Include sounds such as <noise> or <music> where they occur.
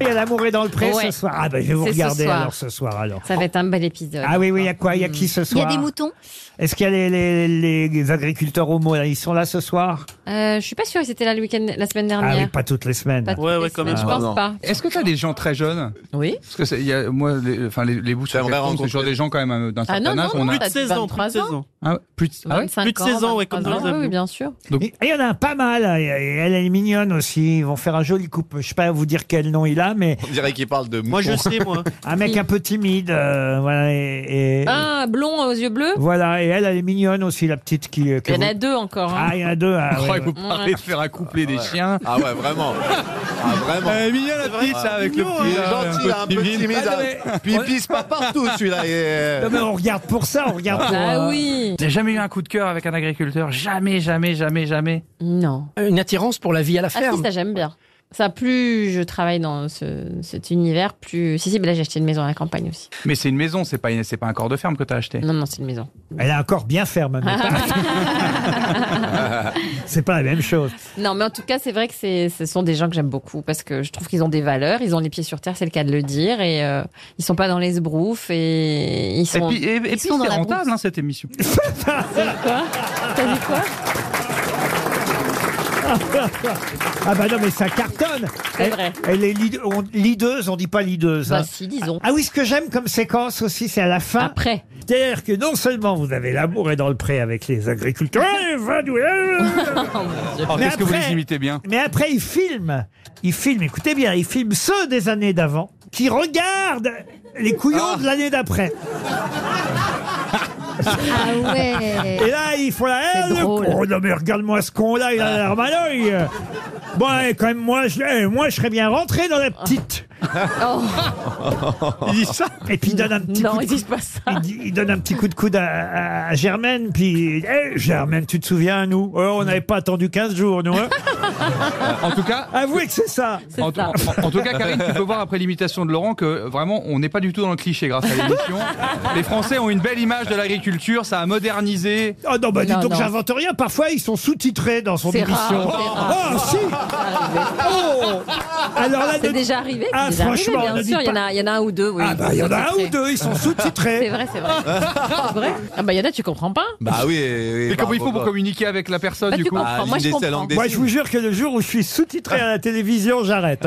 Il y a l'amour est dans le pré Ouais. ce soir. Ah ben, je vais vous C'est ce regarder soir. alors ce soir alors. Ça va être un bel épisode. Ah oui, oui, il y a quoi Il y a qui ce Il y soir a des moutons Est-ce qu'il y a les, les- les agriculteurs homo là Ils sont là ce soir Euh, Je suis pas sûre, ils étaient là le week-end, la semaine Ah oui, dernière. pas toutes les semaines. Pas toutes les semaines, Je pense pas. Ah Est-ce que tu as des gens très jeunes Oui. Parce que c'est- il y a, moi, les, enfin, les, les bouches, J'aimerais c'est toujours Ben, rencontrer- des gens quand même euh, d'un Ah certain non, âge. non, non, Plus a- de t'as 16 ans, plus de 16 23 ans. ans. Ah ouais, plus de- ah ouais 25 Plus de 16 ans, ouais, comme dans 23 les ans, Ah bah oui, avions. bien sûr. Et et il y en a pas mal. hein. Et Elle est mignonne aussi. Ils vont faire un joli couple. Je sais pas vous dire quel nom il a, mais On dirait qu'il parle de Moi, je moutons. sais, moi. un mec un peu timide. euh, voilà. Et, et- Ah, blond aux yeux bleus voilà. Et elle, elle est mignonne aussi, la petite qui. euh, que Il y en vous- a deux encore. hein. Ah, il y en a deux. ah, Je ouais, crois ouais. que vous parlez de faire accoupler des chiens. Ah ouais, vraiment. Ah vraiment. Elle est mignonne la petite là avec le Il petit. est là, gentil, un peu timide. timide. Ah, hein. Puis il pisse pas partout celui-là. <laughs> et- Non, mais on regarde pour ça. On regarde pour. Ah euh, oui T'as jamais eu un coup de cœur avec un agriculteur Jamais, jamais, jamais, jamais. Non. <laughs> Une attirance pour la vie à la Ah si, ferme. ça j'aime bien. Ça, plus je travaille dans ce- cet univers, plus... Si, si, mais là j'ai acheté une maison à la campagne aussi. Mais c'est une maison, c'est pas, une- c'est pas un corps de ferme que t'as acheté. Non, non, c'est une maison. Elle a un corps bien ferme. <laughs> mais pas- C'est pas la même chose. Non, mais en tout cas, c'est vrai que c'est- ce sont des gens que j'aime beaucoup parce que je trouve qu'ils ont des valeurs, ils ont les pieds sur terre, c'est le cas de le dire, et euh, ils sont pas dans les esbroufs, et ils Et sont... puis, et, et puis c'est sont dans la rentable bourse. hein, cette émission. T'as dit quoi Ah bah non, mais ça cartonne. C'est Elle- vrai. Elle est lead- on, leaduse, on dit pas leaduse. Bah hein. si, disons. Ah oui, ce que j'aime comme séquence aussi, c'est à la fin. Après. C'est-à-dire que non seulement vous avez l'amour et dans le pré avec les <laughs> agriculteurs, Ouais, va nous- Oh, Mais Qu'est-ce que vous après- les imitez bien mais après ils filment, ils filment, écoutez bien, ils filment ceux des années d'avant qui regardent les couillons de l'année d'après. Ah ouais Et là, ils font la Eh, le drôle. con- Oh non, mais regarde-moi ce con-là, il a l'air mal oeil. Bon, eh, quand même, moi je, eh, moi, je serais bien rentré dans la petite. Ils disent ça Et puis, <laughs> il donne un petit <laughs> Non, coup de ils disent pas ça. Il, dit- il donne un petit coup de coude à, à- à Germaine, puis Eh, Germaine, tu te souviens, nous Oh, On n'avait pas attendu 15 jours, nous. <laughs> hein En tout cas. Avouez que c'est ça En, en- en- en tout cas, Karine, tu peux voir après l'imitation de Laurent que euh, vraiment, on n'est pas du tout dans le cliché grâce à l'émission. Les Français ont une belle image de l'agriculture, ça a modernisé. Oh non, bah dis Non, donc, non. j'invente rien. Parfois, ils sont sous-titrés dans son C'est émission. rare, c'est rare. Oh, si Oh Alors là, C'est ne- déjà arrivé Ah, c'est déjà arrivé, franchement, ne bien dites sûr, il y, en pas- a- il y en a un ou deux, oui. Ah bah, il y en a un ou deux, ils sont C'est sous-titrés. vrai, <laughs> c'est vrai. C'est vrai. Ah bah, il y en a, tu comprends pas Bah oui. Et, Et comment il faut pour communiquer avec la personne Bah, du tu coup comprends. Ah, Moi, l'idée, je c'est la langue comprends. des Moi, je signes. vous jure que le jour où je suis sous-titré à la télévision, j'arrête.